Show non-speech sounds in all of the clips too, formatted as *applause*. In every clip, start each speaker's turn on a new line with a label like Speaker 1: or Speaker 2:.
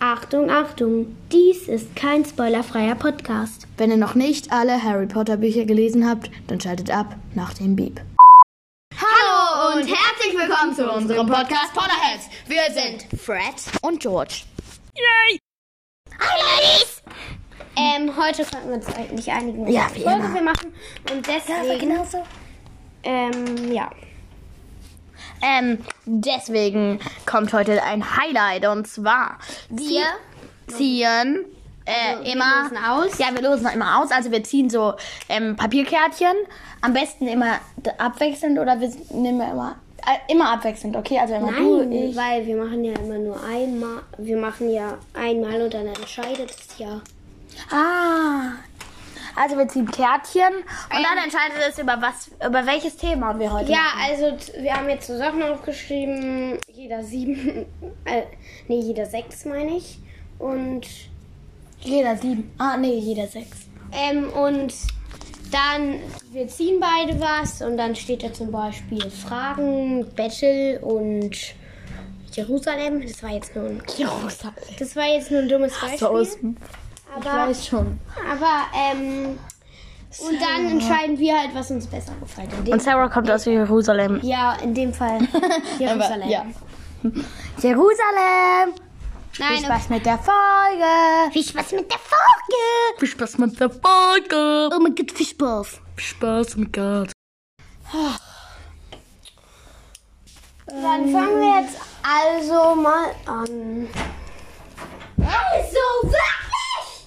Speaker 1: Achtung, Achtung, dies ist kein spoilerfreier Podcast.
Speaker 2: Wenn ihr noch nicht alle Harry Potter Bücher gelesen habt, dann schaltet ab nach dem Beep.
Speaker 3: Hallo und herzlich willkommen zu unserem Podcast Potterheads. Wir sind
Speaker 1: Fred?
Speaker 2: Und George.
Speaker 1: Hi, Ladies! Ähm, heute konnten wir uns eigentlich einigen,
Speaker 2: Ja,
Speaker 1: welche
Speaker 2: wie
Speaker 1: Folge
Speaker 2: immer.
Speaker 1: wir machen. Und deswegen,
Speaker 2: so.
Speaker 1: ähm, ja.
Speaker 2: Ähm, deswegen kommt heute ein Highlight und zwar wir ziehen äh,
Speaker 1: Also, wir
Speaker 2: immer
Speaker 1: losen aus.
Speaker 2: Ja, wir losen immer aus. Also wir ziehen so ähm, Papierkärtchen. Am besten immer d- abwechselnd oder wir nehmen immer äh, immer abwechselnd, okay? Also immer du, ich.
Speaker 1: weil wir machen ja immer nur einmal, wir machen ja einmal und dann entscheidet es ja.
Speaker 2: Ah. Also wir ziehen Kärtchen und dann entscheidet es über was über welches Thema wir heute
Speaker 1: Ähm. Ja, also t- wir haben jetzt so Sachen aufgeschrieben, jeder sieben, *laughs* äh, nee, jeder sechs meine ich. Und,
Speaker 2: Jeder sieben. Ah, nee, jeder sechs.
Speaker 1: ähm, und dann, wir ziehen beide was und dann steht da zum Beispiel Fragen, Battle und Jerusalem. Das war jetzt nur ein,
Speaker 2: Jerusalem.
Speaker 1: das war jetzt nur ein dummes Beispiel.
Speaker 2: So aus. Ich
Speaker 1: aber,
Speaker 2: weiß schon.
Speaker 1: aber, ähm, und dann entscheiden wir halt, was uns besser gefällt. In dem,
Speaker 4: Und Sarah kommt aus Jerusalem.
Speaker 1: ja, in
Speaker 2: *laughs*
Speaker 1: dem Fall Jerusalem.
Speaker 2: ja. *laughs* Jerusalem.
Speaker 1: Nein,
Speaker 2: Viel Spaß mit der Folge.
Speaker 1: Viel Spaß mit der Folge.
Speaker 4: Viel Spaß mit der Folge.
Speaker 1: Oh mein Gott, viel Spaß.
Speaker 4: Viel Spaß, oh mein Gott.
Speaker 1: Dann fangen wir jetzt also mal an. Also, wirklich?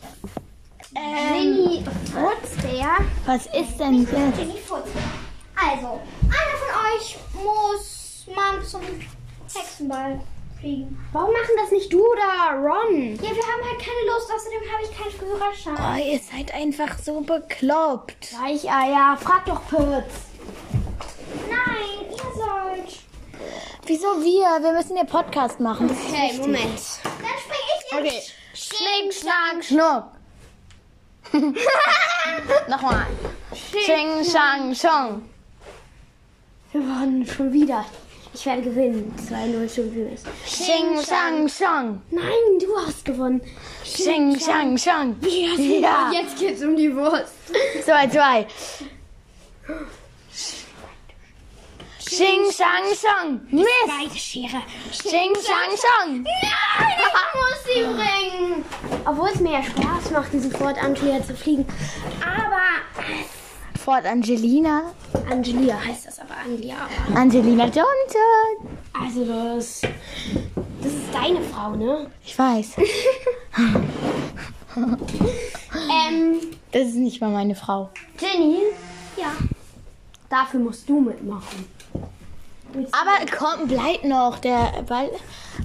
Speaker 1: Äh, Winnie Furzbär.
Speaker 2: Was ist denn jetzt?
Speaker 1: Winnie Furzbär. Also, einer von euch muss mal zum Hexenball fliegen. Warum machen das nicht du oder Ron?
Speaker 5: Ja, wir haben halt keine Lust, außerdem habe ich keinen Führerschein.
Speaker 2: Oh, ihr seid einfach so bekloppt.
Speaker 1: Weicheier, ah, frag doch kurz.
Speaker 5: Nein, ihr sollt.
Speaker 2: Wieso wir? Wir müssen ja Podcast machen.
Speaker 1: Okay, Moment.
Speaker 5: Dann springe ich jetzt.
Speaker 2: Okay. Schling, schlang, schnuck.
Speaker 1: *laughs*
Speaker 2: Nochmal. Schling, schlang, schong.
Speaker 1: Wir waren schon wieder. Ich werde gewinnen. 2-0 schon für mich.
Speaker 2: Schling, schlang, schong.
Speaker 1: Nein, du hast gewonnen.
Speaker 2: Schling, schlang, schong. Ja.
Speaker 1: Jetzt geht's um die Wurst.
Speaker 2: Zwei, zwei. Schling, schlang, schong. Mist.
Speaker 1: Beide Schere.
Speaker 2: Schling, schlang, schong.
Speaker 1: Obwohl es mir ja Spaß macht, diesen Ford Anglia zu fliegen. Aber
Speaker 2: Fort Angelina.
Speaker 1: Angelia heißt das aber Anglia.
Speaker 2: Angelina Johnson.
Speaker 1: Also das. Das ist deine Frau, ne?
Speaker 2: Ich weiß.
Speaker 1: Ähm,
Speaker 2: Das ist nicht mal meine Frau.
Speaker 1: Jenny? Ja. Dafür musst du mitmachen.
Speaker 2: Aber komm, bleibt noch. Der Ball,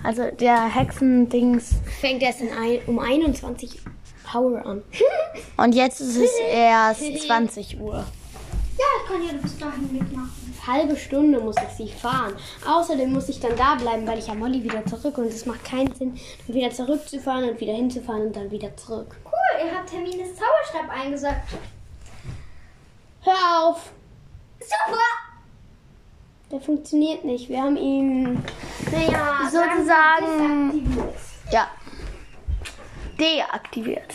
Speaker 2: also der Hexendings.
Speaker 1: Fängt erst in ein, um 21 Power an.
Speaker 2: Und jetzt ist es erst 20 Uhr.
Speaker 5: Ja, ich kann ja bis dahin mitmachen.
Speaker 1: *laughs* Halbe Stunde muss ich sie fahren. Außerdem muss ich dann da bleiben, weil ich ja Molly wieder zurück und es macht keinen Sinn, dann wieder zurückzufahren und wieder hinzufahren und dann wieder zurück.
Speaker 5: Cool, ihr habt Hermines Zauberstab eingesagt.
Speaker 1: Hör auf!
Speaker 5: Super.
Speaker 1: Der funktioniert nicht. Wir haben ihn.
Speaker 5: Naja,
Speaker 2: Sozusagen,
Speaker 5: desaktiviert.
Speaker 2: ja. Deaktiviert.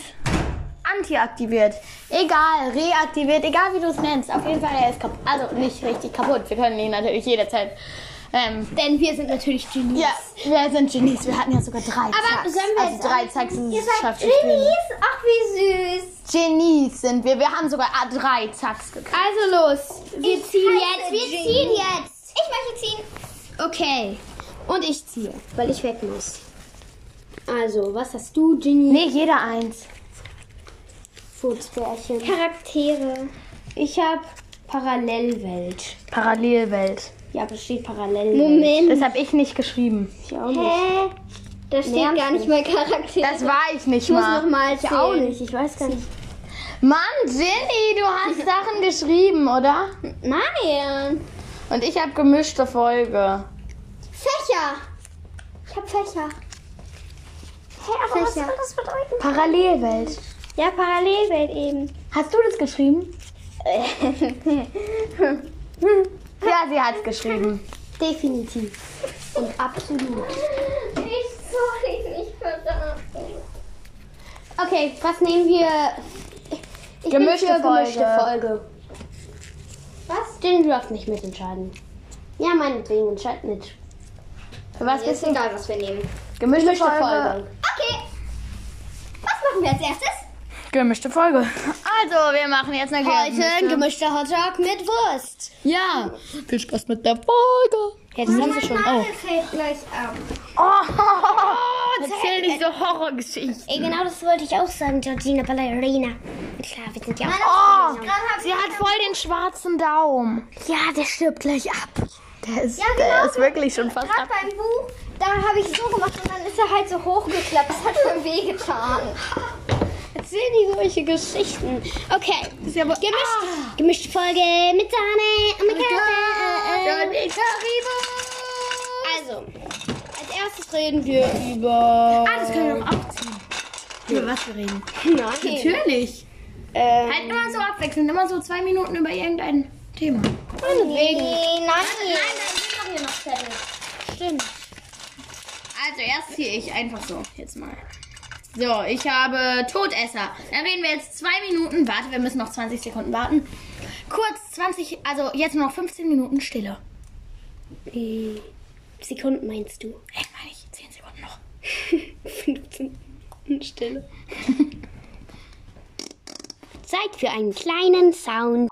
Speaker 2: Antiaktiviert. Egal, reaktiviert, egal wie du es nennst. Auf jeden Fall, er ist kaputt. Also nicht richtig kaputt. Wir können ihn natürlich jederzeit. Ähm,
Speaker 1: Denn wir sind natürlich Genies.
Speaker 2: ja, wir sind Genies. Wir hatten ja sogar drei Aber Zacks.
Speaker 1: sollen wir jetzt
Speaker 2: also drei Zacks sind
Speaker 5: Ihr seid
Speaker 2: schafft das Spiel.
Speaker 5: Genies. Ach, wie süß.
Speaker 2: Genies sind wir. Wir haben sogar ah, drei Zacks gekriegt.
Speaker 1: Also los. Wir ziehen jetzt.
Speaker 5: Wir ziehen jetzt. Halt Ich möchte ziehen.
Speaker 1: Okay. Und ich ziehe, weil ich weg muss. Also, was hast du, Genie? Nee.
Speaker 2: jeder eins.
Speaker 1: Furzbärchen.
Speaker 5: Charaktere.
Speaker 1: Ich habe Parallelwelt.
Speaker 4: Parallelwelt.
Speaker 1: Ja, da steht Parallelwelt.
Speaker 4: Das habe ich nicht geschrieben.
Speaker 1: Ich auch nicht.
Speaker 5: Hä? Da steht
Speaker 1: Nervt
Speaker 5: gar nicht mal Charaktere.
Speaker 4: Das war ich nicht
Speaker 1: Ich muss
Speaker 4: mal.
Speaker 1: nochmal Ich auch nicht. Ich weiß gar nicht.
Speaker 2: Mann, Ginny, du hast Sachen geschrieben, oder?
Speaker 5: Nein.
Speaker 4: Und ich habe gemischte Folge.
Speaker 5: Fächer. Ich hab Fächer. Hä, aber was soll das bedeuten?
Speaker 2: Parallelwelt.
Speaker 5: Ja, Parallelwelt eben.
Speaker 2: Hast du das geschrieben? *laughs* ja, sie hat's geschrieben.
Speaker 1: Definitiv. Und absolut.
Speaker 5: Ich Sorry, nicht verdammt.
Speaker 1: Okay, was nehmen wir? Ich
Speaker 4: Gemischte
Speaker 1: bin für gemischte
Speaker 4: Folge.
Speaker 1: Folge.
Speaker 5: Was?
Speaker 1: Den darf nicht mitentscheiden. Ja, meinetwegen, entscheidet mit.
Speaker 4: Für was
Speaker 5: Ist egal, was wir nehmen.
Speaker 4: Gemischte
Speaker 1: Folge.
Speaker 5: Okay. Was machen wir als erstes?
Speaker 4: Gemischte Folge.
Speaker 2: Also, wir machen jetzt eine
Speaker 1: Heute
Speaker 2: Gemischte-
Speaker 1: ein gemischter Hotdog mit Wurst.
Speaker 2: Ja, viel Spaß mit der Folge.
Speaker 1: Ja, das haben wir schon.
Speaker 5: Nagel fällt gleich ab.
Speaker 2: Oh, *laughs* Erzähl nicht so Horrorgeschichten.
Speaker 1: Ey, genau das wollte ich auch sagen, Georgina Ballerina. Klar, wir sind ja auch.
Speaker 5: Oh, hab
Speaker 4: Sie hat voll den schwarzen Daumen.
Speaker 1: oh! Ja, der stirbt gleich ab.
Speaker 4: Der ist,
Speaker 5: Ja, genau.
Speaker 4: der ist wirklich schon fast
Speaker 5: gerade
Speaker 4: ab.
Speaker 5: beim Buch, da habe ich so gemacht und dann ist er halt so hochgeklappt. Das hat schon wehgetan.
Speaker 1: Erzählen die solche Geschichten. Okay. gemischt. Gemischte Folge mit Sahne und mit Karotte. Äh, äh. Also, als erstes reden wir über. Ah, das können wir noch
Speaker 2: Über was wir reden.
Speaker 1: Nein.
Speaker 2: Natürlich. Halt immer so abwechselnd, immer so zwei Minuten über irgendein Thema.
Speaker 5: Nee, nein. Nein, nein, wir noch Zettel.
Speaker 2: Also erst ziehe ich einfach so jetzt mal. So, ich habe Todesser. Dann reden wir jetzt zwei Minuten. Warte, wir müssen noch 20 Sekunden warten. Kurz 20, also jetzt nur noch 15 Minuten Stille.
Speaker 1: Hm, Sekunden meinst du?
Speaker 2: Ey, meine ich, 10 Sekunden noch.
Speaker 1: 15 Minuten Stille. *laughs* Zeit für einen kleinen Sound.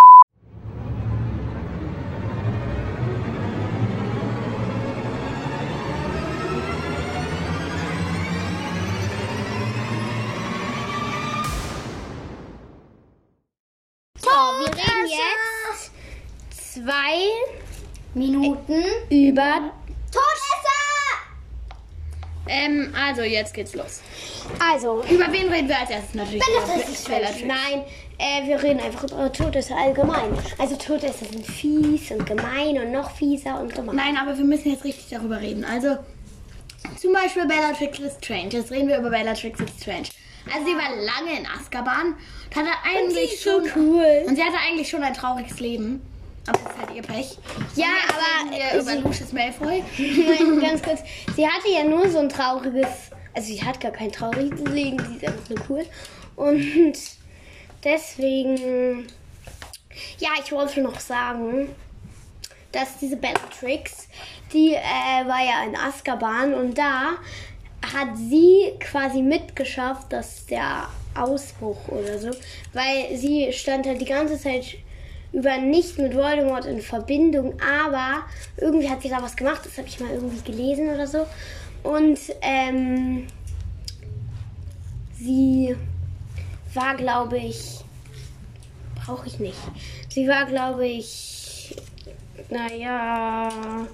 Speaker 5: So, wir reden jetzt zwei Minuten
Speaker 1: Über.
Speaker 5: Todesser!
Speaker 2: Ähm, also jetzt geht's los.
Speaker 1: Also,
Speaker 2: Über wen reden wir als erstes natürlich?
Speaker 1: Das ist schwierig. Nein, äh, wir reden einfach über Todesser allgemein. Also Todesser sind fies und gemein und noch fieser und gemein.
Speaker 2: Nein, aber wir müssen jetzt richtig darüber reden. Also, zum Beispiel Bellatrix Lestrange. Jetzt reden wir über Bellatrix Lestrange. Also, sie war lange in Azkaban und hatte eigentlich schon.
Speaker 1: cool.
Speaker 2: Und sie hatte eigentlich schon ein trauriges Leben. Aber das ist halt ihr Pech.
Speaker 1: Ja,
Speaker 2: Reden wir über
Speaker 1: aber
Speaker 2: Lucius Malfoy.
Speaker 1: *laughs* sie, nein, ganz kurz, sie hatte ja nur so ein trauriges, also sie hat gar kein trauriges Leben, sie ist einfach nur cool. Und deswegen, ja, ich wollte noch sagen, dass diese Bellatrix, die äh, war ja in Azkaban und da hat sie quasi mitgeschafft, dass der Ausbruch oder so, weil sie stand halt die ganze Zeit über nicht mit Voldemort in Verbindung, aber irgendwie hat sie da was gemacht, das habe ich mal irgendwie gelesen oder so. Und ähm, sie war, glaube ich, brauche ich nicht. Sie war, glaube ich, naja.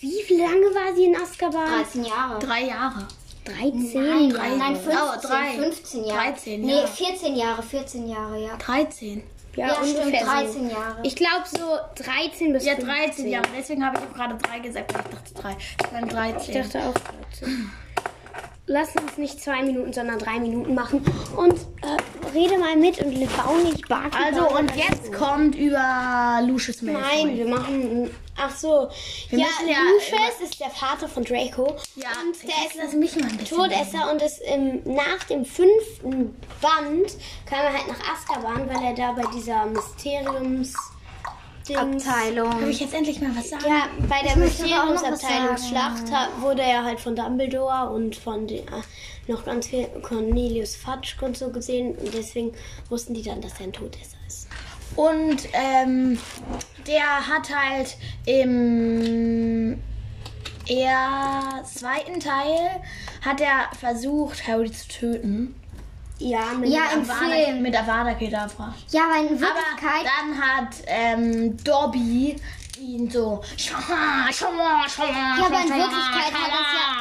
Speaker 1: Wie lange war sie in Azkaban?
Speaker 5: 13 Jahre.
Speaker 2: Drei Jahre.
Speaker 1: 13?
Speaker 5: Nein, nein 15,
Speaker 2: Oh, drei.
Speaker 5: 15 Jahre.
Speaker 2: 13
Speaker 5: Nee,
Speaker 2: Jahre.
Speaker 5: 14 Jahre, 14 Jahre, ja.
Speaker 2: 13.
Speaker 1: Ja,
Speaker 5: Ja, stimmt,
Speaker 1: ungefähr. so.
Speaker 5: 13 Jahre.
Speaker 1: Ich glaube so 13 bis
Speaker 2: Ja, 13
Speaker 1: 15.
Speaker 2: Jahre. Deswegen habe ich auch gerade drei gesagt. weil Ich dachte drei. Es waren 13.
Speaker 1: Ich dachte auch 13. Lass uns nicht zwei Minuten, sondern drei Minuten machen. Und äh, rede mal mit und bau nicht Barty.
Speaker 2: also, und jetzt kommt über Lucius Malfoy.
Speaker 1: Nein, wir machen. Ach so. ja,
Speaker 2: müssen ja
Speaker 1: Lucius ist der Vater von Draco.
Speaker 2: Ja,
Speaker 1: und der
Speaker 2: jetzt
Speaker 1: ist
Speaker 2: lass mich mal ein bisschen.
Speaker 1: Todesser und ist im, nach dem fünften Band kam er halt nach Azkaban, weil er da bei dieser Mysteriums.
Speaker 2: Habe ich jetzt endlich mal was sagen?
Speaker 1: Ja, bei der
Speaker 5: möchte aber auch noch was
Speaker 1: Mysteriumsabteilungsschlacht ha- wurde er halt von Dumbledore und von den, äh, noch ganz viel Cornelius Fatschk und so gesehen. Und deswegen wussten die dann, dass er ein Todesser ist.
Speaker 2: Und ähm, der hat halt im eher zweiten Teil hat er versucht, Harry zu töten.
Speaker 1: Ja, mit
Speaker 5: Ja, im
Speaker 2: Avada-
Speaker 5: Film.
Speaker 2: Mit Avada Kedavra.
Speaker 5: Ja, weil in
Speaker 2: Aber
Speaker 5: Wirklichkeit.
Speaker 2: dann hat ähm, Dobby ihn so schwa, schwa, schwa, ja,
Speaker 5: aber in Wirklichkeit hat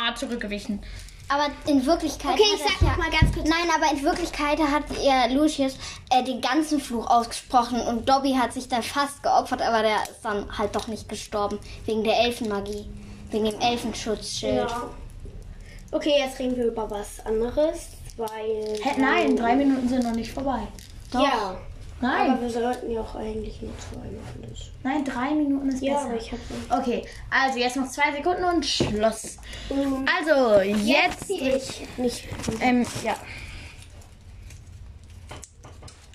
Speaker 2: ja zurückgewichen.
Speaker 5: Aber in Wirklichkeit.
Speaker 1: Okay,
Speaker 5: hat
Speaker 1: ich
Speaker 5: er
Speaker 1: sag
Speaker 5: ja,
Speaker 1: noch mal ganz kurz-
Speaker 5: Nein, aber in Wirklichkeit hat er Lucius äh, den ganzen Fluch ausgesprochen und Dobby hat sich dann fast geopfert, aber der ist dann halt doch nicht gestorben. Wegen der Elfenmagie. Wegen dem Elfenschutzschild.
Speaker 1: Ja. Okay, jetzt reden wir über was anderes, weil.
Speaker 2: Hä, nein, drei Minuten sind noch nicht vorbei.
Speaker 1: Ja.
Speaker 2: Nein,
Speaker 1: Aber wir sollten ja auch eigentlich nur zwei machen. Das.
Speaker 2: nein, drei Minuten ist
Speaker 1: Ja,
Speaker 2: besser.
Speaker 1: aber ich habe
Speaker 2: Okay, also jetzt noch zwei Sekunden und Schluss. Also, jetzt.
Speaker 1: ich nicht.
Speaker 2: Ähm, ja.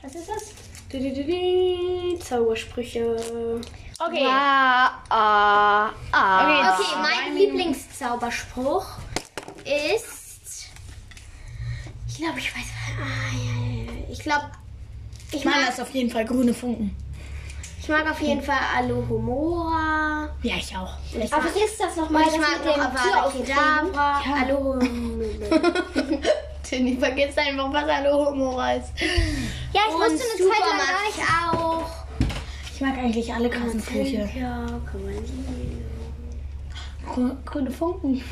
Speaker 2: Was ist das?
Speaker 1: Du, du, du, du, Zaubersprüche.
Speaker 2: Okay.
Speaker 3: Ah, ah, ah.
Speaker 2: Okay, jetzt-
Speaker 5: Okay, mein Lieblingszauberspruch ist. Ich glaube, ich weiß. Ah, ja, ja, ja. Ich glaube,
Speaker 1: Ich
Speaker 2: Mann,
Speaker 1: mag,
Speaker 2: das ist auf jeden Fall grüne Funken.
Speaker 1: ich mag auf jeden Fall Alohomora.
Speaker 2: Ja, ich auch.
Speaker 1: Aber was ist das
Speaker 5: Und
Speaker 1: nochmal?
Speaker 5: ich mag noch Avada Kedavra.
Speaker 1: Alohomora.
Speaker 2: Tinny, vergiss einfach, was Hallo Humor ist.
Speaker 5: Ja, ich
Speaker 1: Und
Speaker 5: musste eine Zeit lang Ah,
Speaker 1: Superman.
Speaker 5: gar nicht auch.
Speaker 2: Ich mag eigentlich alle krassen Früche.
Speaker 1: Ja, kann man lieben.
Speaker 2: Grüne Funken.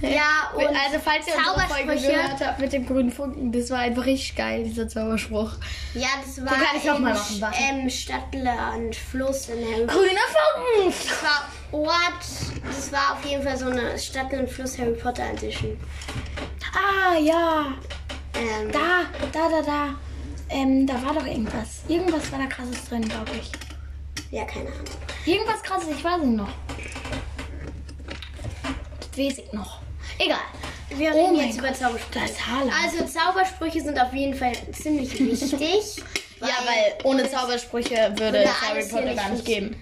Speaker 5: Ja, und
Speaker 2: also, falls ihr unsere Folge
Speaker 5: Zaubersprüche.
Speaker 2: gehört habt mit dem grünen Funken, das war einfach richtig geil, dieser Zauberspruch.
Speaker 1: Ja, das war
Speaker 2: kann ich auch mal
Speaker 1: im
Speaker 2: machen, warte.
Speaker 1: ähm, Stadtland, Fluss in Harry
Speaker 2: Grüne Funken!
Speaker 1: Das war Ort, das war auf jeden Fall so eine Stadtland, Fluss Harry Potter Edition.
Speaker 2: Ah, ja.
Speaker 1: Ähm,
Speaker 2: Da, da, da, da. Ähm, da war doch irgendwas. Irgendwas war da krasses drin, glaube ich.
Speaker 1: ja, keine Ahnung.
Speaker 2: Irgendwas krasses, ich weiß es noch. Das weiß ich noch. Egal.
Speaker 1: Wir
Speaker 2: Oh
Speaker 1: reden
Speaker 2: mein
Speaker 1: jetzt über Zaubersprüche.
Speaker 2: Das Haarland.
Speaker 1: Also Zaubersprüche sind auf jeden Fall
Speaker 2: *laughs*
Speaker 1: ziemlich wichtig.
Speaker 2: Ja, weil ohne Zaubersprüche würde es Harry
Speaker 1: alles hier
Speaker 2: Potter
Speaker 1: nicht
Speaker 2: gar nicht geben.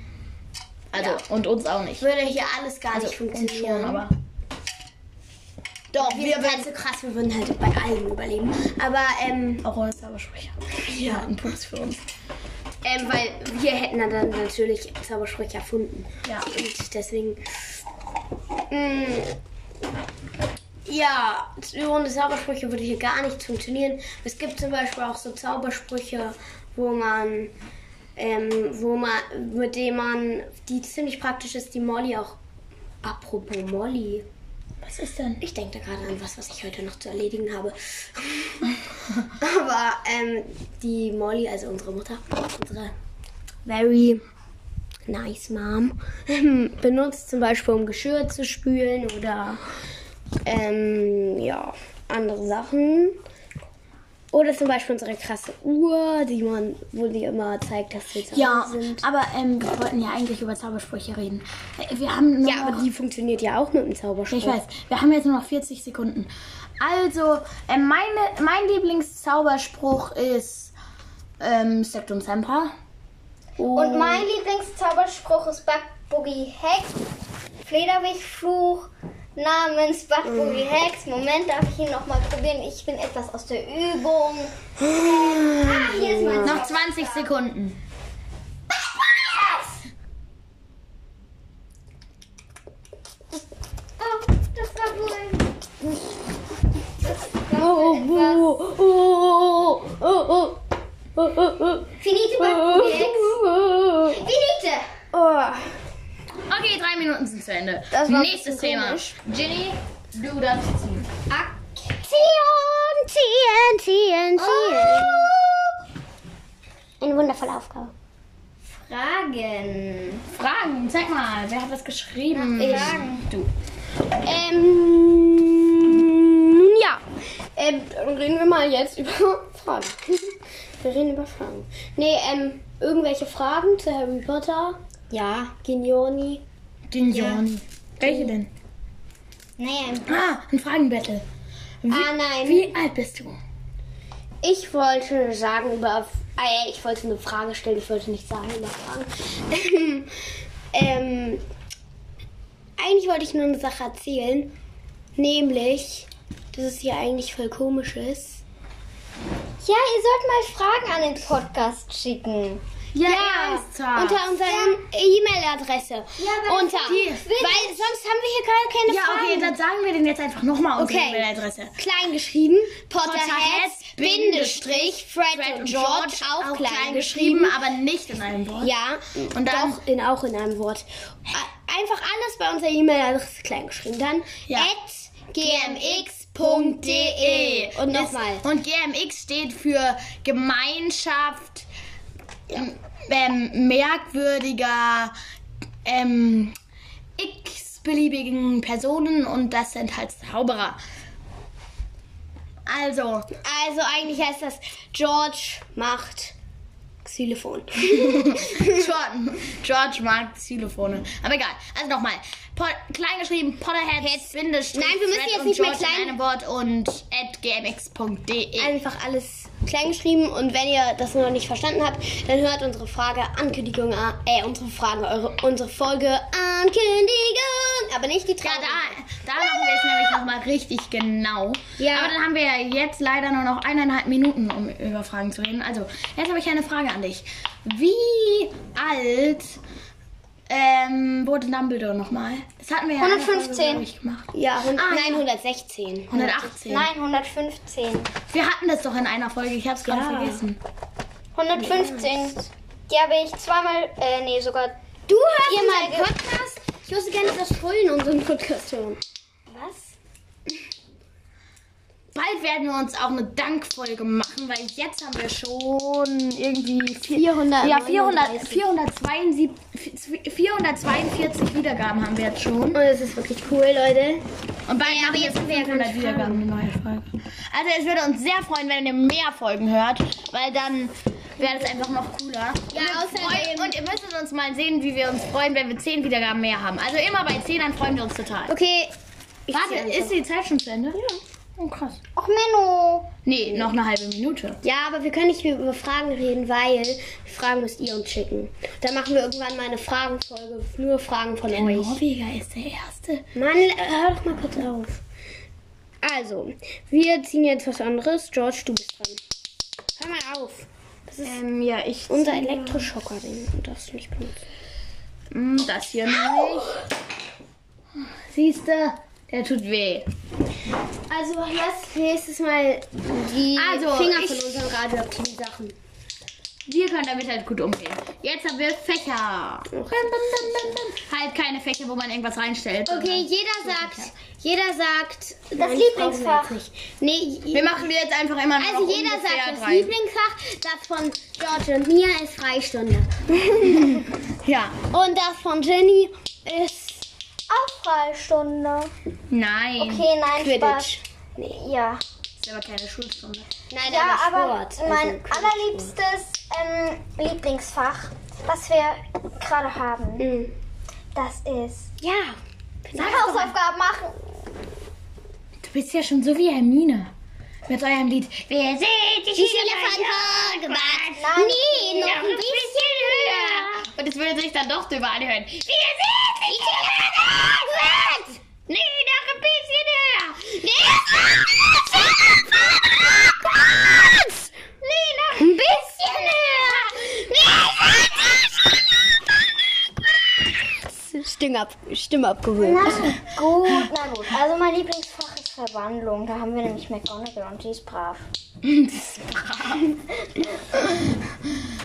Speaker 2: Also, und uns auch nicht.
Speaker 1: würde hier alles gar nicht
Speaker 2: Uns
Speaker 1: funktionieren.
Speaker 2: Also, schon, aber. Doch,
Speaker 1: wir
Speaker 2: wir
Speaker 1: sind halt so krass, wir würden halt bei allem überleben. Aber ähm,
Speaker 2: auch ohne Zaubersprüche. Ja, ein Punkt für uns.
Speaker 1: ähm, weil wir hätten dann natürlich Zaubersprüche erfunden.
Speaker 2: Ja.
Speaker 1: Und deswegen. Mm, ja, ohne Zaubersprüche würde hier gar nichts funktionieren. Es gibt zum Beispiel auch so Zaubersprüche, wo man, ähm, wo man, mit denen man, die ziemlich praktisch ist, die Molly auch. Apropos Molly.
Speaker 2: Was ist denn?
Speaker 1: Ich denke da gerade an was, was ich heute noch zu erledigen habe. *laughs* Aber ähm, die Molly, also unsere Mutter, unsere very nice Mom, *laughs* benutzt zum Beispiel, um Geschirr zu spülen oder ähm, ja, andere Sachen. Oder zum Beispiel unsere krasse Uhr, die man, wo die immer zeigt, dass wir zu
Speaker 2: Ja,
Speaker 1: Hause sind.
Speaker 2: aber ähm, wir wollten ja eigentlich über Zaubersprüche reden. Äh, Wir haben nur
Speaker 1: Ja,
Speaker 2: noch,
Speaker 1: aber die funktioniert ja auch mit dem Zauberspruch.
Speaker 2: ich weiß, wir haben jetzt nur noch 40 Sekunden. Also, ähm, meine, mein Lieblingszauberspruch ist ähm, Sectum Sempra.
Speaker 5: Und mein Lieblingszauberspruch ist Bug Boogie Hex. Flederwichtfluch namens Bug
Speaker 1: Mm.
Speaker 5: Boogie Hex. Moment, darf ich ihn nochmal probieren? Ich bin etwas aus der Übung. Ähm, ah, hier ist mein
Speaker 2: Noch 20 Sekunden.
Speaker 5: Oh, das war wohl.
Speaker 1: Oh, oh.
Speaker 5: Finite Bug Boogie Hex. Finite.
Speaker 2: Okay, drei Minuten sind zu Ende.
Speaker 1: war ein
Speaker 2: Nächstes Thema. Ginny, du darfst ziehen.
Speaker 1: Ziehen, ziehen, ziehen, ziehen. Eine wundervolle Aufgabe.
Speaker 5: Fragen.
Speaker 2: Fragen, zeig mal, wer hat das geschrieben?
Speaker 5: Fragen.
Speaker 1: Ähm, ja. Ähm, dann reden wir mal jetzt über Fragen. Wir reden über Fragen. Nee, ähm, irgendwelche Fragen zu Harry Potter? Ja. Genioni?
Speaker 2: Den Joni. Welche denn?
Speaker 5: Naja,
Speaker 2: Ah, ein Fragenbattle.
Speaker 1: Ah, nein.
Speaker 2: Wie alt bist du?
Speaker 1: Ich wollte sagen über. Ah, ja, ich wollte eine Frage stellen, ich wollte nicht sagen über Fragen. *laughs* ähm, eigentlich wollte ich nur eine Sache erzählen, nämlich, dass es hier eigentlich voll komisch ist.
Speaker 5: Ja, ihr sollt mal Fragen an den Podcast schicken.
Speaker 2: Ja,
Speaker 1: Ja, unter unserer E-Mail-Adresse.
Speaker 5: Ja, weil-
Speaker 1: unter,
Speaker 5: Die-
Speaker 1: weil sonst haben wir hier gar keine
Speaker 2: Ja,
Speaker 1: Fragen.
Speaker 2: okay, dann sagen wir den jetzt einfach nochmal unsere
Speaker 1: Okay.
Speaker 2: E-Mail-Adresse.
Speaker 1: klein geschrieben.
Speaker 2: Potterheads, Bindestrich,
Speaker 1: Fred
Speaker 2: Und Also George auch klein geschrieben, aber nicht in einem Wort.
Speaker 1: Ja,
Speaker 2: Und dann-
Speaker 1: doch in, auch in einem Wort. A- Einfach alles bei unserer E-Mail-Adresse klein geschrieben. Dann
Speaker 2: Ja.
Speaker 1: at gmx.de. Und nochmal.
Speaker 2: E. Ist- Und GMX steht für Gemeinschaft ähm, ähm, merkwürdiger ähm, x-beliebigen Personen und das sind halt Zauberer.
Speaker 1: *laughs*
Speaker 2: Also,
Speaker 1: Also eigentlich heißt das George macht Xylophon.
Speaker 2: George, George mag Xylophone. Aber egal. Also nochmal. Pot, klein geschrieben, Potterheads, Bindestrich.
Speaker 1: Nein, wir müssen
Speaker 2: Fred
Speaker 1: jetzt
Speaker 2: und
Speaker 1: nicht mehr
Speaker 2: George
Speaker 1: klein-
Speaker 2: in einem Wort und at gmx.de.
Speaker 1: Einfach alles klein geschrieben und wenn ihr das noch nicht verstanden habt, dann hört unsere Frage Ankündigung an, äh, unsere Frage, eure, unsere Folge Ankündigung, aber nicht die
Speaker 2: Ja,
Speaker 1: Trage.
Speaker 2: da, da machen wir es nämlich nochmal richtig genau.
Speaker 1: Ja.
Speaker 2: Aber dann haben wir ja jetzt leider nur noch eineinhalb Minuten, um über Fragen zu reden. Also, jetzt habe ich eine Frage an dich. Wie alt ähm, wurde Dumbledore nochmal? Das hatten wir ja in einer Folge,
Speaker 5: 115.
Speaker 2: glaub ich, gemacht.
Speaker 1: Ja, hund-
Speaker 2: Ah,
Speaker 1: nein, 116.
Speaker 2: 118.
Speaker 5: Nein, 115.
Speaker 2: Wir hatten das doch in einer Folge, ich habe es gerade vergessen.
Speaker 5: 115. Die habe ich zweimal, äh, nee, sogar.
Speaker 1: Du hörst
Speaker 5: Ihr
Speaker 1: unseren
Speaker 5: mal ge-
Speaker 1: Podcast? Ich wusste gar nicht, dass Schulden unseren Podcast hören.
Speaker 5: Was?
Speaker 2: Bald werden wir uns auch eine Dankfolge machen, weil jetzt haben wir schon irgendwie vier-
Speaker 1: 400.
Speaker 2: Ja, 400, 472, 442 Wiedergaben haben wir jetzt schon.
Speaker 1: Und es Oh, ist wirklich cool, Leute.
Speaker 2: Und bei ja, jetzt 500 Wiedergaben eine neue Folge. Also es würde uns sehr freuen, wenn ihr mehr Folgen hört, weil dann wäre das einfach noch cooler. Ja, und, wir freuen, und ihr müsstet uns mal sehen, wie wir uns freuen, wenn wir 10 Wiedergaben mehr haben. Also immer bei 10, dann freuen wir uns total.
Speaker 1: Okay. Ich
Speaker 2: Warte,
Speaker 1: zähle
Speaker 2: ist die Zeit schon zu Ende? Ja. Oh krass.
Speaker 5: Och, Menno.
Speaker 2: Nee, noch eine halbe Minute.
Speaker 1: Ja, aber wir können nicht mehr über Fragen reden, weil Fragen müsst ihr uns schicken. Dann machen wir irgendwann mal eine Fragenfolge. Nur Fragen von euch.
Speaker 2: Norweger ist der Erste.
Speaker 1: Mann, hör doch mal kurz auf. Also, wir ziehen jetzt was anderes. George, du bist dran. Hör mal auf.
Speaker 2: Ähm, ja, ich...
Speaker 1: Unser Elektroschocker, den darfst du nicht benutzen.
Speaker 2: Mm, Das hier nämlich. Siehst du? Der tut weh.
Speaker 1: Also, lass nächstes Mal die
Speaker 2: Also,
Speaker 1: Finger
Speaker 2: ich-
Speaker 1: von unseren radioaktiven Sachen.
Speaker 2: Wir können damit halt gut umgehen. Jetzt haben wir Fächer. Bam, bam, bam, bam, bam. Halt keine Fächer, wo man irgendwas reinstellt.
Speaker 1: Okay, jeder sagt, jeder sagt das
Speaker 5: Lieblingsfach.
Speaker 1: Nee,
Speaker 2: Wir machen wir jetzt einfach immer
Speaker 1: Also
Speaker 2: noch
Speaker 1: jeder
Speaker 2: ungefähr
Speaker 1: sagt das
Speaker 2: drei.
Speaker 1: Lieblingsfach, das von George und Mia ist Freistunde.
Speaker 2: Ja.
Speaker 1: Und das von Jenny ist
Speaker 5: Auch Freistunde.
Speaker 2: Nein.
Speaker 5: Okay, nein, Spaß.
Speaker 1: Quidditch.
Speaker 5: Ja.
Speaker 2: Das ist aber keine Schulstunde.
Speaker 1: Nein,
Speaker 5: Ja, aber
Speaker 1: Sport. also
Speaker 5: mein allerliebstes ähm, Lieblingsfach, was wir gerade haben,
Speaker 1: Mhm.
Speaker 5: das ist
Speaker 1: Ja.
Speaker 5: Hausaufgaben machen.
Speaker 2: Du bist ja schon so wie Hermine. Mit eurem Lied. Wir sind die Schüler von Hogwarts.
Speaker 5: Nein,
Speaker 1: Nee, noch ein bisschen höher.
Speaker 2: Und es würde sich dann doch drüber anhören. Wir sind die Schüler von Hogwarts. Nee, noch ein bisschen höher.
Speaker 1: Nee, noch ein bisschen höher. Stimme, ab, Stimme abgeholt.
Speaker 5: Na gut, na gut. Also mein Lieblingsfach ist Verwandlung. Da haben wir nämlich McGonagall und die ist brav.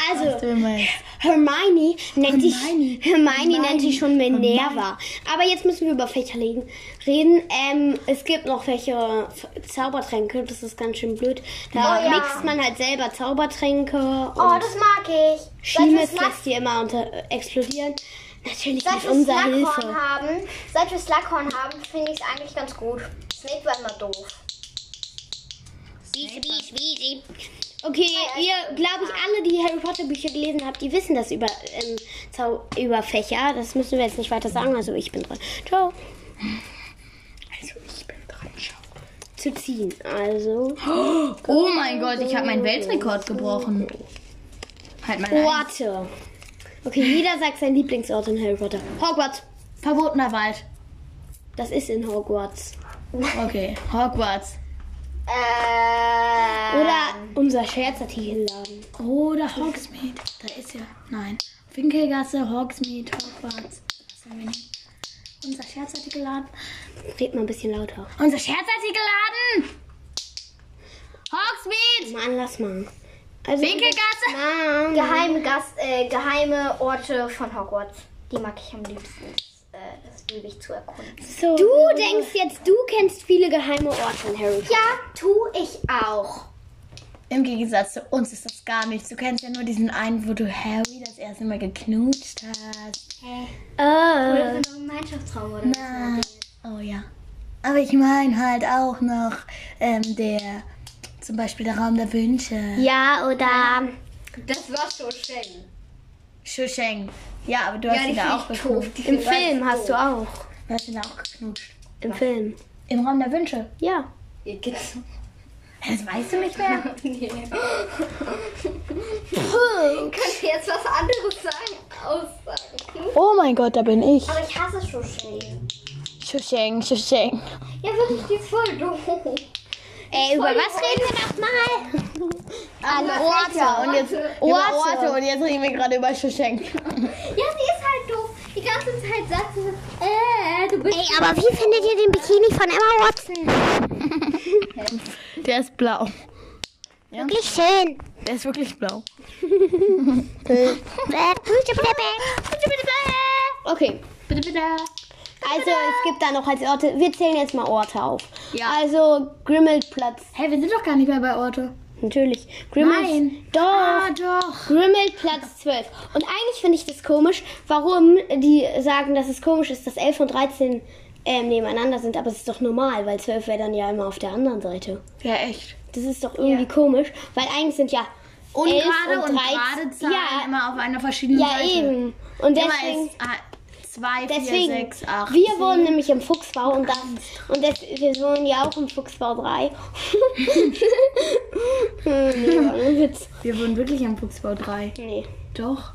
Speaker 1: Also, Hermione nennt sich Hermione, nennt sich schon Minerva. Aber jetzt müssen wir über Fächer legen, reden. Ähm, es gibt noch Fächer F- Zaubertränke, das ist ganz schön blöd. Da
Speaker 5: Oh ja.
Speaker 1: mixt man halt selber Zaubertränke und
Speaker 5: Oh, das mag ich. Seit wir
Speaker 1: Schiemes
Speaker 5: Snack-
Speaker 1: lässt die immer unter äh, explodieren. Natürlich
Speaker 5: seit
Speaker 1: mit
Speaker 5: wir
Speaker 1: unserer
Speaker 5: Slackhorn
Speaker 1: Hilfe.
Speaker 5: haben, seit wir Slackhorn haben, finde ich es eigentlich ganz gut. Snape war immer doof.
Speaker 1: Okay, ihr, glaube ich,
Speaker 2: Ah.
Speaker 1: alle, die Harry Potter Bücher gelesen habt, die wissen das über, ähm, Zau über Fächer. Das müssen wir jetzt nicht weiter sagen. Also ich bin dran. Ciao.
Speaker 2: Also ich bin dran. Schau.
Speaker 1: Zu ziehen. Also.
Speaker 2: Oh mein Gott, ich habe meinen Weltrekord gebrochen. Halt mal. ein.
Speaker 1: Orte.
Speaker 2: *laughs*
Speaker 1: Okay, jeder sagt seinen Lieblingsort in Harry Potter. Hogwarts.
Speaker 2: Verbotener Wald.
Speaker 1: Das ist in Hogwarts.
Speaker 2: Okay, Hogwarts.
Speaker 5: Äh,
Speaker 1: Oder
Speaker 2: Ähm.
Speaker 1: unser Scherzartikelladen.
Speaker 2: Oder Hogsmeade. Da ist ja. Nein. Winkelgasse, Hogsmeade, Hogwarts. Was sollen wir nehmen? Unser Scherzartikelladen.
Speaker 1: Red mal ein bisschen lauter.
Speaker 2: Unser Scherzartikelladen! Hogsmeade!
Speaker 1: Mann, lass mal. Also,
Speaker 2: Winkelgasse!
Speaker 1: Mann.
Speaker 5: geheime, Gast, äh, geheime Orte von Hogwarts. Die mag ich am liebsten. Äh, Das liebe ich zu erkunden.
Speaker 1: So. Du denkst jetzt, du kennst viele geheime Orte in Harry Potter.
Speaker 5: Ja, tu ich auch.
Speaker 2: Im Gegensatz zu uns ist das gar nichts. Du kennst ja nur diesen einen, wo du Harry das erste Mal geknutscht hast.
Speaker 1: Äh,
Speaker 2: Ähm.
Speaker 5: Oder so ein Gemeinschaftsraum oder so.
Speaker 2: Ah, Oh ja. Aber ich meine halt auch noch ähm, der Zum Beispiel der Raum der Wünsche.
Speaker 1: Ja, oder
Speaker 5: Das war schon schön.
Speaker 2: Schuscheng. Ja, aber du hast ihn da auch geknutscht.
Speaker 1: im Film hast du auch.
Speaker 2: Du hast ihn da auch geknutscht.
Speaker 1: Im Film.
Speaker 2: Im Raum der Wünsche.
Speaker 1: Ja.
Speaker 5: um- *laughs*
Speaker 2: Das weißt du nicht mehr.
Speaker 5: Kannst du jetzt was anderes sagen? Aussagen.
Speaker 4: Oh mein Gott, da bin ich.
Speaker 5: Aber ich hasse schon schön.
Speaker 4: Schuscheng, Schuscheng.
Speaker 5: Ja, wirklich, die ist voll doof.
Speaker 1: Ey, über was reden wir nochmal?
Speaker 2: Ah,
Speaker 4: An Orte und jetzt über Orte
Speaker 2: Genau,
Speaker 4: und jetzt reden wir gerade über Schuscheng.
Speaker 5: Ja, sie ist halt doof. Die ganze Zeit sagt sie, äh, du bist.
Speaker 1: Ey, aber wie findet ihr den Bikini von Emma Watson?
Speaker 4: Der ist blau.
Speaker 1: Wirklich schön.
Speaker 4: Der ist wirklich blau.
Speaker 1: Äh, Okay. Also es gibt da noch als Orte, wir zählen jetzt mal Orte auf.
Speaker 2: Ja.
Speaker 1: Also Grimmelplatz,
Speaker 2: Hey, wir sind doch gar nicht mehr bei Orte.
Speaker 1: natürlich. Grimmel,
Speaker 2: Nein.
Speaker 1: Doch.
Speaker 2: Ah, doch.
Speaker 1: Grimmelplatz 12. Und eigentlich finde ich das komisch, warum die sagen, dass es komisch ist, dass 11 und 13 ähm, nebeneinander sind, aber es ist doch normal, weil 12 wäre dann ja immer auf der anderen Seite.
Speaker 4: Ja, echt.
Speaker 1: Das ist doch irgendwie komisch, weil eigentlich sind ja elf
Speaker 2: Ungerade und
Speaker 1: 13
Speaker 2: gerade Zahlen
Speaker 1: ja,
Speaker 2: immer auf einer verschiedenen
Speaker 1: ja
Speaker 2: Seite.
Speaker 1: eben. Und
Speaker 2: Immer
Speaker 1: deswegen,
Speaker 2: ist 2, 4,
Speaker 1: deswegen
Speaker 2: 6, 8.
Speaker 1: wir wohnen nämlich im Fuchsbau und das und das, wir wohnen ja auch im Fuchsbau
Speaker 2: *laughs*
Speaker 1: 3. nee, war nur ein Hm, Witz.
Speaker 2: Wir wohnen wirklich am Fuchsbau 3.
Speaker 1: Nee.
Speaker 2: Doch.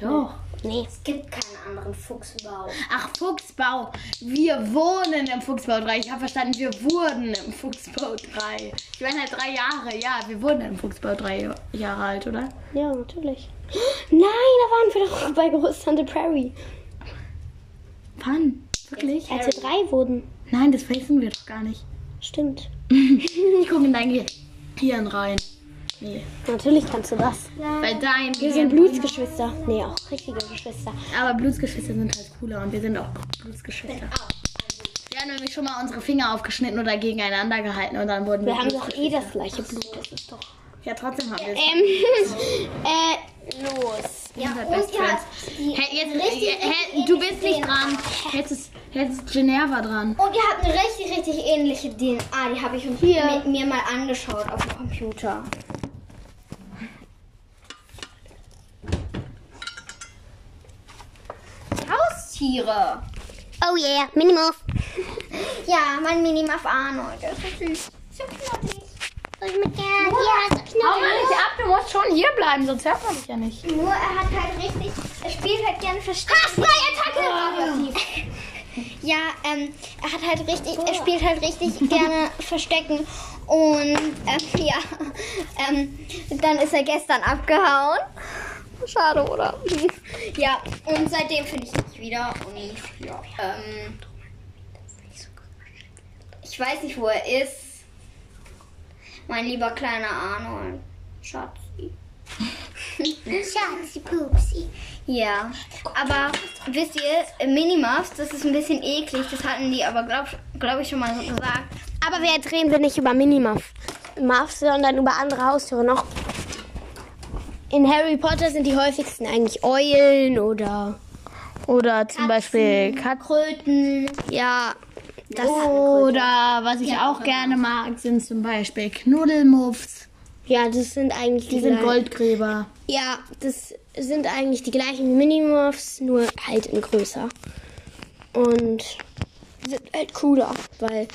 Speaker 2: Doch.
Speaker 1: Nee.
Speaker 5: Es gibt keinen anderen Fuchsbau.
Speaker 2: Ach, Fuchsbau. Wir wohnen im Fuchsbau 3. Ich habe verstanden, wir wurden im Fuchsbau 3. Ich meine halt drei Jahre. Ja, wir wurden im Fuchsbau 3 Jahre alt, oder?
Speaker 1: Ja, natürlich. Nein, da waren wir doch *laughs* bei Großtante Prairie.
Speaker 2: Wann? Wirklich?
Speaker 1: Als wir drei wurden.
Speaker 2: Nein, das wissen wir doch gar nicht.
Speaker 1: Stimmt.
Speaker 2: Ich gucke in dein Gehirn- Hirn rein.
Speaker 1: Natürlich kannst du das.
Speaker 2: Bei deinem
Speaker 1: Wir
Speaker 2: Gehirn.
Speaker 1: sind Blutsgeschwister. Nee, auch richtige Geschwister.
Speaker 2: Aber Blutsgeschwister sind halt cooler und wir sind auch Blutsgeschwister.
Speaker 1: also.
Speaker 2: Wir haben nämlich schon mal unsere Finger aufgeschnitten oder gegeneinander gehalten und dann wurden wir.
Speaker 1: Wir haben doch eh das gleiche Blut. Das ist doch.
Speaker 2: ja, trotzdem haben wir es.
Speaker 1: *laughs* Ähm, äh, los.
Speaker 5: Ja,
Speaker 2: Unser
Speaker 5: und
Speaker 2: Best
Speaker 5: ihr habt die
Speaker 2: Hey, jetzt,
Speaker 5: richtig,
Speaker 2: äh, hey,
Speaker 5: richtig
Speaker 2: du bist
Speaker 5: ähnliche
Speaker 2: nicht dran. Jetzt ist, jetzt ist Geneva dran.
Speaker 5: Und ihr habt eine richtig, richtig ähnliche DNA. Die habe ich mir, mir mal angeschaut auf dem Computer. Haustiere.
Speaker 1: Oh yeah,
Speaker 5: *laughs*
Speaker 1: Minimuff.
Speaker 5: Ja, mein Minimuff Arnold. Das ist
Speaker 1: Uh-huh.
Speaker 5: süß. So knuffig.
Speaker 1: Ja, ja,
Speaker 5: Oh,
Speaker 4: Hau mal nicht ab, du musst schon hier bleiben, sonst hört man dich ja nicht.
Speaker 5: Nur er hat halt richtig, er spielt halt gerne versteckt. Ha, Attacke! *laughs* Ja, ähm, er hat halt richtig, er spielt halt richtig *laughs* gerne Verstecken und ähm, *laughs* ja, ähm, dann ist er gestern abgehauen. Schade, oder? *laughs* Ja, und seitdem finde ich ihn nicht wieder und ja, ähm, ich weiß nicht, wo er ist. Mein lieber kleiner Arnold, Schatzi.
Speaker 1: Schatzi, Pupsi.
Speaker 5: Ja, aber wisst ihr, Minimuffs, das ist ein bisschen eklig, das hatten die aber, glaube glaub ich, schon mal so gesagt.
Speaker 1: Aber wir reden wir nicht über Minimuff, Muffs, sondern über andere Haustiere noch. In Harry Potter sind die häufigsten eigentlich Eulen oder
Speaker 4: Oder zum Beispiel Katzen.
Speaker 5: Kröten.
Speaker 1: ja, das
Speaker 2: Oder was ich auch gerne mag, sind zum Beispiel Knuddelmuffs.
Speaker 1: ja, das sind eigentlich
Speaker 2: Die sind
Speaker 1: gleichen-
Speaker 2: Goldgräber.
Speaker 1: Ja, das sind eigentlich die gleichen wie Minimuffs, nur halt in größer. Und sind halt cooler, weil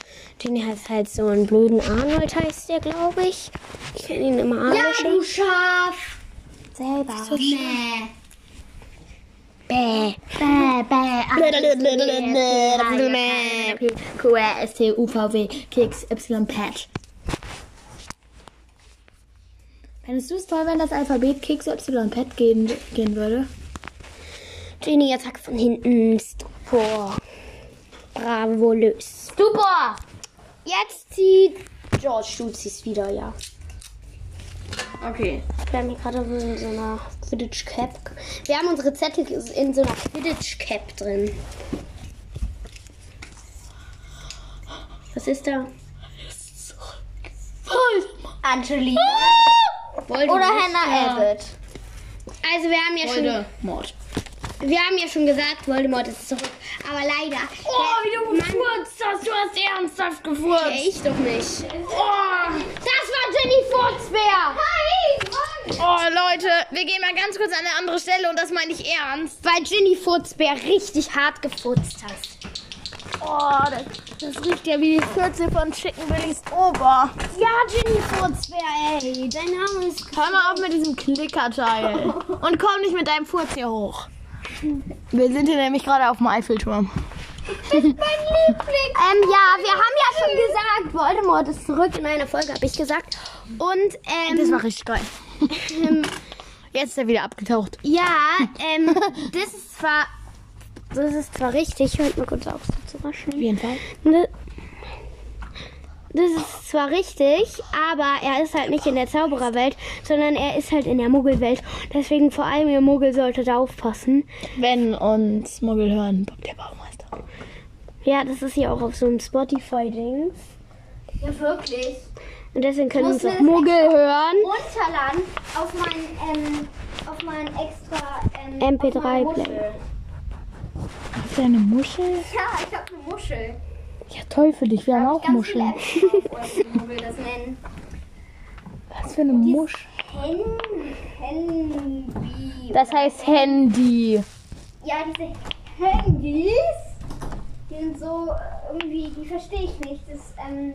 Speaker 1: den hat halt so einen blöden Arnold heißt der, glaube ich. Ich kenne ihn immer Arnold
Speaker 5: Ja,
Speaker 1: schon.
Speaker 5: du Schaf.
Speaker 1: selber.
Speaker 5: Nee.
Speaker 1: Bäh.
Speaker 5: Bäh, bäh. Ach,
Speaker 2: QRSTUVW Keks Y Patch. Fändest du es toll, wenn das Alphabet Keks Y Pet gehen, gehen würde?
Speaker 1: Genie Attack von hinten. Stupor. Bravolös.
Speaker 2: Super!
Speaker 1: Jetzt zieht George, du ziehst wieder, ja.
Speaker 2: Okay.
Speaker 1: Wir haben hier gerade so in so einer Quidditch Cap. Wir haben unsere Zettel in so einer Quidditch Cap drin. Was ist da?
Speaker 5: Angelina. Oder Hannah Abbott.
Speaker 1: Ah. Also wir haben ja schon,
Speaker 2: Mord.
Speaker 1: wir haben ja schon gesagt, Voldemort ist zurück. Aber leider.
Speaker 2: Oh, wie du gefurzt hast. Du hast ernsthaft gefurzt.
Speaker 1: Ich doch nicht.
Speaker 2: Oh.
Speaker 1: schwer.
Speaker 2: Oh, Leute, wir gehen mal ganz kurz an eine andere Stelle und das meine ich ernst.
Speaker 1: Weil Ginny Furzbär richtig hart gefurzt hat.
Speaker 2: Oh, das, das riecht ja wie die Kürze von Chicken Willys Ober.
Speaker 1: Ja, Ginny Furzbär, ey. Dein Name ist...
Speaker 2: Hör mal auf mit diesem Klickerteil. Und komm nicht mit deinem Furz hier hoch. Wir sind hier nämlich gerade auf dem Eiffelturm.
Speaker 1: Ähm, ja, wir haben ja schon gesagt, Voldemort ist zurück in einer Folge, habe ich gesagt. Und, ähm,
Speaker 2: Das war richtig geil. Jetzt ist er wieder abgetaucht.
Speaker 1: ja, ähm, das ist zwar... Das ist zwar richtig, hört mal kurz auf, so zu waschen.
Speaker 2: jeden Fall.
Speaker 1: Ne- Das ist zwar richtig, aber er ist halt nicht in der Zaubererwelt, sondern er ist halt in der Muggelwelt. Deswegen vor allem ihr Muggel solltet aufpassen.
Speaker 2: Wenn uns Muggel hören, Bob der Baumeister.
Speaker 1: Ja, das ist hier auch auf so einem Spotify-Dings.
Speaker 5: Ja, wirklich.
Speaker 1: Und deswegen können
Speaker 5: Muss
Speaker 1: uns auch
Speaker 5: man-
Speaker 1: Muggel hören.
Speaker 5: Runterladen auf meinen, ähm, auf meinen extra, ähm, auf meine Muschel.
Speaker 1: MP3-Player.
Speaker 2: Ist eine Muschel?
Speaker 5: Ja, ich hab eine Muschel.
Speaker 2: Ja, toll für dich. Wir haben auch
Speaker 5: Ganz
Speaker 2: Muscheln.
Speaker 5: viele Apps drauf, oder wie will das nennen?
Speaker 2: Was für eine Muschel?
Speaker 5: Hen, Henby.
Speaker 2: Das heißt Handy.
Speaker 5: Ja, diese Handys, die sind so äh, irgendwie, die verstehe ich nicht. Das ähm,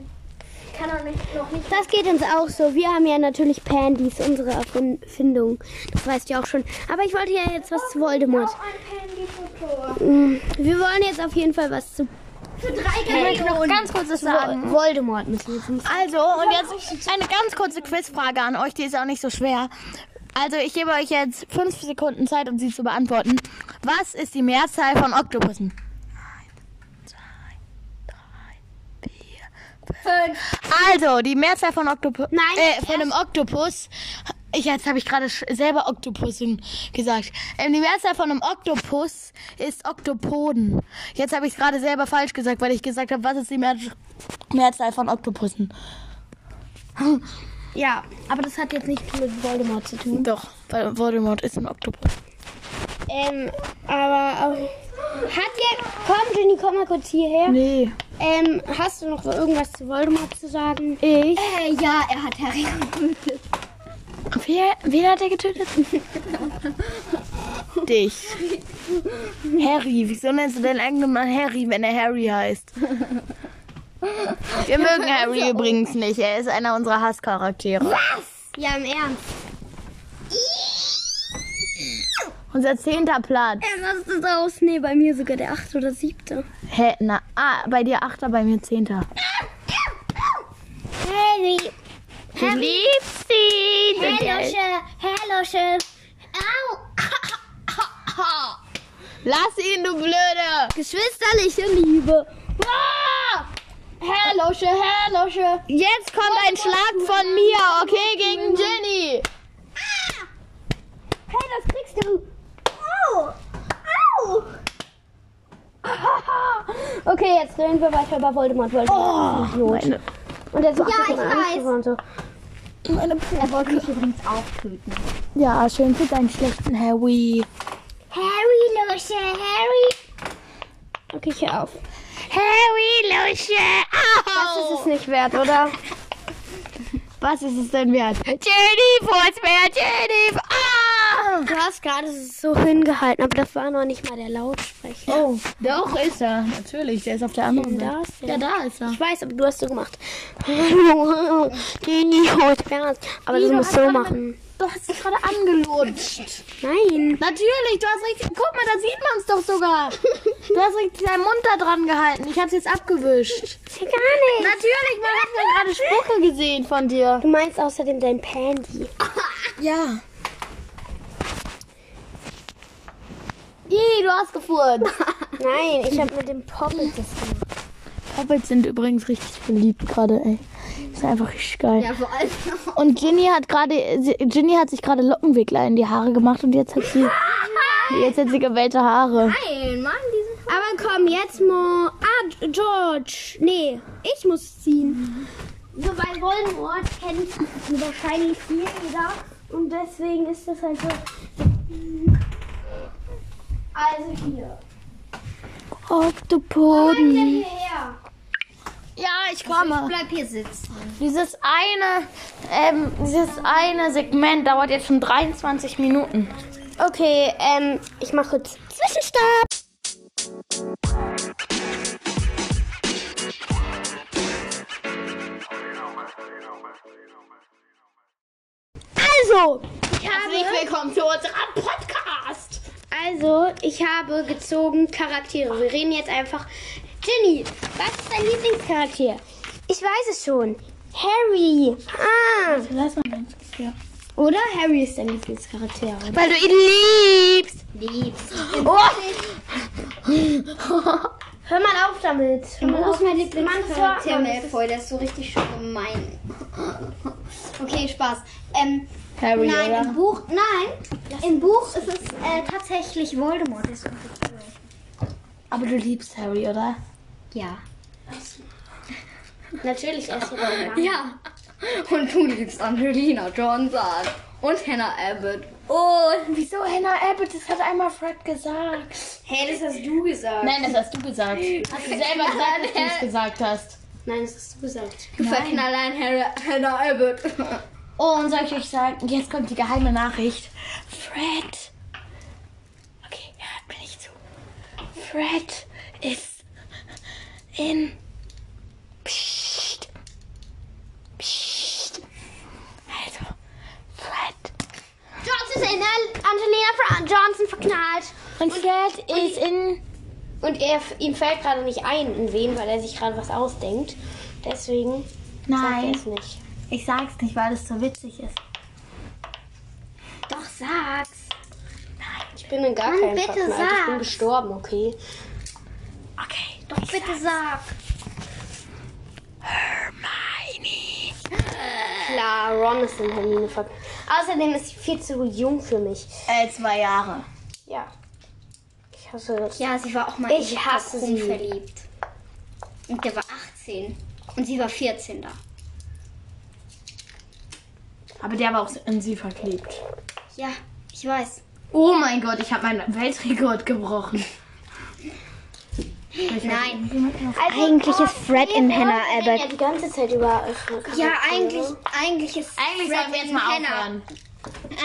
Speaker 5: kann auch nicht, noch nicht.
Speaker 1: Das geht uns auch so. Wir haben ja natürlich Pandys, unsere Erfindung. Das weißt du ja auch schon. Aber ich wollte ja jetzt was zu Voldemort.
Speaker 5: Auch ein Handy Foto.
Speaker 1: Mm, Wir wollen jetzt auf jeden Fall was zu
Speaker 5: Für drei
Speaker 2: Ich
Speaker 5: Geld.
Speaker 2: noch ganz kurz was sagen.
Speaker 1: Voldemort müssen wir jetzt uns
Speaker 2: Also, und jetzt eine ganz kurze Quizfrage an euch, die ist auch nicht so schwer. Also, ich gebe euch jetzt fünf Sekunden Zeit, um sie zu beantworten. Was ist die Mehrzahl von Oktopussen? Also, die Mehrzahl von Oktopus.
Speaker 1: Nein,
Speaker 2: äh, von einem Oktopus. Ich, jetzt habe ich gerade sch- selber Oktopussen gesagt. Ähm, die Mehrzahl von einem Oktopus ist Oktopoden. Jetzt habe ich es gerade selber falsch gesagt, weil ich gesagt habe, was ist die Mehr Mehrzahl von Oktopussen?
Speaker 1: Ja, aber das hat jetzt nichts mit Voldemort zu tun.
Speaker 2: Doch, weil Voldemort ist ein Oktopus.
Speaker 1: Ähm, aber auch. Hat ihr. Komm, Jenny, komm mal kurz hierher.
Speaker 2: Nee.
Speaker 1: Ähm, hast du noch irgendwas zu Voldemort zu sagen?
Speaker 2: Ich?
Speaker 5: Äh, ja, er hat Harry.
Speaker 2: Wer, wen hat er getötet? *laughs* Dich. Harry. Wieso nennst du deinen eigenen Mann Harry, wenn er Harry heißt? Wir mögen Harry übrigens nicht. Er ist einer unserer Hasscharaktere.
Speaker 1: Ja, im Ernst.
Speaker 2: Unser zehnter Platz.
Speaker 1: Was ist das aus? Nee, bei mir sogar der achte oder siebte.
Speaker 2: Hä, na, ah, bei dir achter, bei mir zehnter.
Speaker 1: Harry.
Speaker 2: Du liebst ihn.
Speaker 1: Hellosche. Hellosche.
Speaker 2: Lass ihn, du Blöde.
Speaker 1: Geschwisterliche Liebe.
Speaker 5: Hellosche, Hellosche.
Speaker 2: Jetzt kommt ein Schlag von mir, okay, gegen Ginny.
Speaker 5: Hey, das kriegst du. Au! Au!
Speaker 1: Okay, jetzt reden wir weiter über Voldemort. Voldemort ist ein Idiot.
Speaker 2: meine-
Speaker 1: Und er sucht
Speaker 5: Ja,
Speaker 1: sich
Speaker 5: ich
Speaker 1: immer Anführer
Speaker 5: weiß.
Speaker 1: Und so.
Speaker 5: Er wollte mich übrigens auch töten.
Speaker 2: Ja, schön für deinen schlechten Harry.
Speaker 5: Harry, Losche, Harry.
Speaker 1: Okay, ich hör auf.
Speaker 2: Harry, Lusche, Ah.
Speaker 1: Das
Speaker 2: au!
Speaker 1: ist es nicht wert, oder?
Speaker 2: Was ist es denn wert? Jenny, Furzbär, Jenny, ah!
Speaker 1: Du hast gerade so hingehalten, aber das war noch nicht mal der Lautsprecher.
Speaker 2: Oh, doch ist er. Natürlich, der ist auf der anderen Seite.
Speaker 1: Da ist der.
Speaker 2: da ist er.
Speaker 1: Ich weiß, aber du hast so gemacht. *laughs* Genie holt Bernd. Aber du musst so machen.
Speaker 2: Du hast dich gerade angelutscht.
Speaker 1: Nein.
Speaker 2: Natürlich, du hast richtig. Guck mal, da sieht man es doch *laughs* sogar. Du hast richtig deinen Mund da dran gehalten. Ich hab's jetzt abgewischt.
Speaker 1: Gar nicht.
Speaker 2: Natürlich, man hat ja gerade Spucke gesehen von dir.
Speaker 1: Du meinst außerdem dein Pandy.
Speaker 2: Ja. Ih, du hast gefurzt.
Speaker 1: Nein, ich habe mit dem Poppel das gemacht.
Speaker 2: Hobbits sind übrigens richtig beliebt gerade, ey. Ist einfach richtig geil.
Speaker 5: Ja, vor allem.
Speaker 2: Und Ginny hat gerade, Ginny hat sich gerade Lockenwickler in die Haare gemacht und jetzt hat sie, jetzt hat sie gewellte Haare.
Speaker 5: Nein, Mann, diese.
Speaker 1: Aber komm, jetzt mal. Ah, George. Nee, ich muss ziehen.
Speaker 5: So bei Voldemort kennt wahrscheinlich jeder.
Speaker 1: Und deswegen ist das halt so.
Speaker 5: Also hier.
Speaker 1: Oktopoden.
Speaker 5: Hierher.
Speaker 2: Ja, Also ich komme.
Speaker 5: Bleib hier sitzen.
Speaker 2: Dieses eine, ähm, dieses eine Segment dauert jetzt schon 23 Minuten.
Speaker 1: Okay, ähm, ich mache kurz Zwischenstopp. Also, ich habe,
Speaker 3: willkommen zu unserem Podcast.
Speaker 1: also, ich habe gezogen Charaktere. Wir reden jetzt einfach. Ginny, was ist dein Lieblingscharakter? Ich weiß es schon. Harry. Ah. Oder Harry ist dein Lieblingscharakter. oder?
Speaker 4: Weil du ihn liebst.
Speaker 1: Hör mal auf damit. Hör mal auf, mein Lieblingscharakter.
Speaker 5: Tim Malfoy, der ist so richtig schön gemein. Okay, Spaß. Ähm,
Speaker 2: Harry,
Speaker 5: nein, im Buch, nein, im Buch ist es äh, tatsächlich Voldemort. Der ist so richtig cool.
Speaker 2: Aber du liebst Harry, oder?
Speaker 5: Ja.
Speaker 1: Natürlich erst
Speaker 3: Ja. Und du liebst Angelina Johnson und Hannah Abbott. Und
Speaker 2: Wieso Hannah Abbott? Das hat einmal Fred gesagt.
Speaker 1: Hey, das hast du gesagt.
Speaker 2: Nein, das hast du gesagt. Hast du selber gesagt, dass du es gesagt hast.
Speaker 1: Nein, das hast du gesagt.
Speaker 3: gefällt mir allein Harry- Hannah Abbott.
Speaker 2: Oh, und soll ich euch sagen, jetzt kommt die geheime Nachricht. Fred. Okay, er hört mir nicht zu. Fred ist in. Psst. Psst. Also, Fred.
Speaker 1: Johnson ist in Angelina Fra Johnson verknallt.
Speaker 2: Und Fred ist in.
Speaker 1: Und er, ihm fällt gerade nicht ein, in wen, weil er sich gerade was ausdenkt. Deswegen sagt er
Speaker 2: Nein,
Speaker 1: es nicht.
Speaker 2: ich sag's nicht, weil es so witzig ist.
Speaker 1: Doch, sag's. Ich bin in gar
Speaker 5: Mann,
Speaker 1: keinem
Speaker 5: bitte
Speaker 1: Verknallt. Ich bin
Speaker 5: sag's.
Speaker 1: gestorben, okay?
Speaker 2: Okay,
Speaker 5: Doch, bitte sag.
Speaker 1: Klar, Ron ist in Hermine verknallt. Außerdem ist sie viel zu jung für mich.
Speaker 3: Äh, zwei Jahre.
Speaker 1: Ja. Ich hasse das.
Speaker 5: Ja, sie war auch mal
Speaker 1: Ich
Speaker 5: in
Speaker 1: hasse
Speaker 5: Hakun
Speaker 1: sie.
Speaker 5: verliebt. Und der war 18. Und sie war 14 da.
Speaker 2: aber der war auch in sie verklebt.
Speaker 5: Ja, ich weiß.
Speaker 2: Oh mein Gott, ich habe meinen Weltrekord gebrochen.
Speaker 5: Nein.
Speaker 1: Eigentlich ist Fred in Hannah Abbott. Ja, die ganze Zeit über.
Speaker 5: Ja, eigentlich, eigentlich ist
Speaker 2: Eigentlich
Speaker 5: Fred
Speaker 2: sollen wir jetzt
Speaker 5: in
Speaker 2: mal
Speaker 5: Hannah.
Speaker 2: aufhören.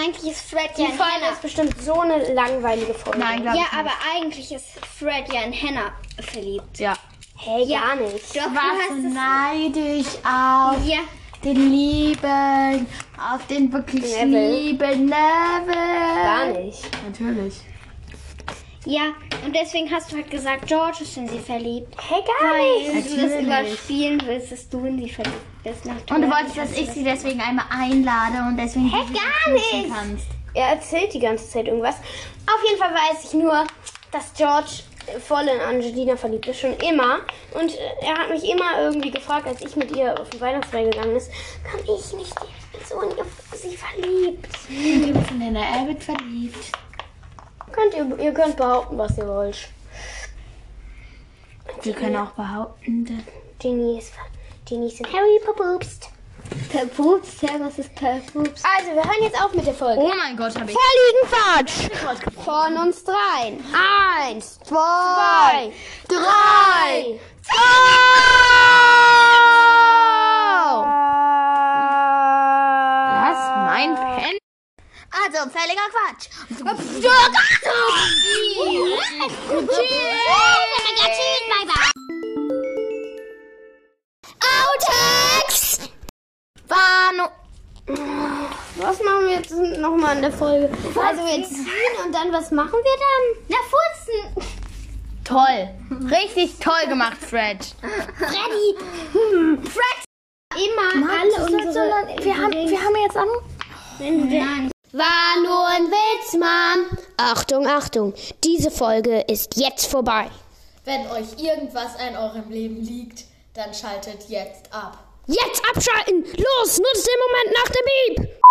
Speaker 5: Eigentlich ist Fred ja
Speaker 1: Die
Speaker 5: in
Speaker 1: Folge
Speaker 5: Hannah.
Speaker 1: ist bestimmt so eine langweilige Folge.
Speaker 2: Nein, glaub
Speaker 5: Ja,
Speaker 2: ich
Speaker 5: aber eigentlich ist Fred ja in Hannah verliebt.
Speaker 2: Ja.
Speaker 1: Hey, gar nicht.
Speaker 5: Doch, du
Speaker 2: Warst
Speaker 5: hast
Speaker 2: du
Speaker 5: es.
Speaker 2: neidisch auf
Speaker 5: Ja,
Speaker 2: den Lieben, auf den wirklich
Speaker 1: Neville.
Speaker 2: lieben
Speaker 1: Gar
Speaker 2: Level?
Speaker 1: nicht.
Speaker 2: Natürlich.
Speaker 5: ja. Und deswegen hast du halt gesagt, George ist in sie verliebt.
Speaker 1: Hey, gar nicht.
Speaker 5: Weil du das
Speaker 2: Natürlich.
Speaker 5: überspielen willst, dass du in sie verliebt bist. Natürlich.
Speaker 2: Und du wolltest, dass ich sie deswegen einmal einlade und deswegen hey,
Speaker 1: gar nicht.
Speaker 2: kannst.
Speaker 1: Er erzählt die ganze Zeit irgendwas. Auf jeden Fall weiß ich nur, dass George äh, voll in Angelina verliebt ist, schon immer. Und äh, er hat mich immer irgendwie gefragt, als ich mit ihr auf den Weihnachtsfeier gegangen ist, kann ich nicht, ich bin so in ihr- sie verliebt.
Speaker 2: Ich bin von Hannah Abbott verliebt.
Speaker 1: Könnt ihr, ihr könnt behaupten, was ihr wollt.
Speaker 2: Wir können auch behaupten, dass
Speaker 1: Genie ist, ver- Genie ist in Harry verpupst.
Speaker 5: Verpupst, ja, was ist verpupst?
Speaker 1: Also, wir hören jetzt auf mit der Folge.
Speaker 2: Oh mein Gott, habe ich.
Speaker 1: Vorliegen Quatsch. Von uns dreien. Eins, zwei, drei,
Speaker 2: Was? Mein Pen?
Speaker 3: Also, völliger Quatsch.
Speaker 1: Was machen wir jetzt nochmal in der Folge? Also wir ziehen und dann was machen wir dann?
Speaker 5: Na, Furzen!
Speaker 2: Toll. Richtig toll gemacht, Fred.
Speaker 1: Immer alle unsere...
Speaker 2: Wir haben, wir haben jetzt am.
Speaker 1: War nur ein Witz, Mann. Achtung, Achtung. Diese Folge ist jetzt vorbei.
Speaker 6: Wenn euch irgendwas an eurem Leben liegt, dann schaltet jetzt ab.
Speaker 1: Jetzt abschalten. Los, nutzt den Moment nach dem Beep.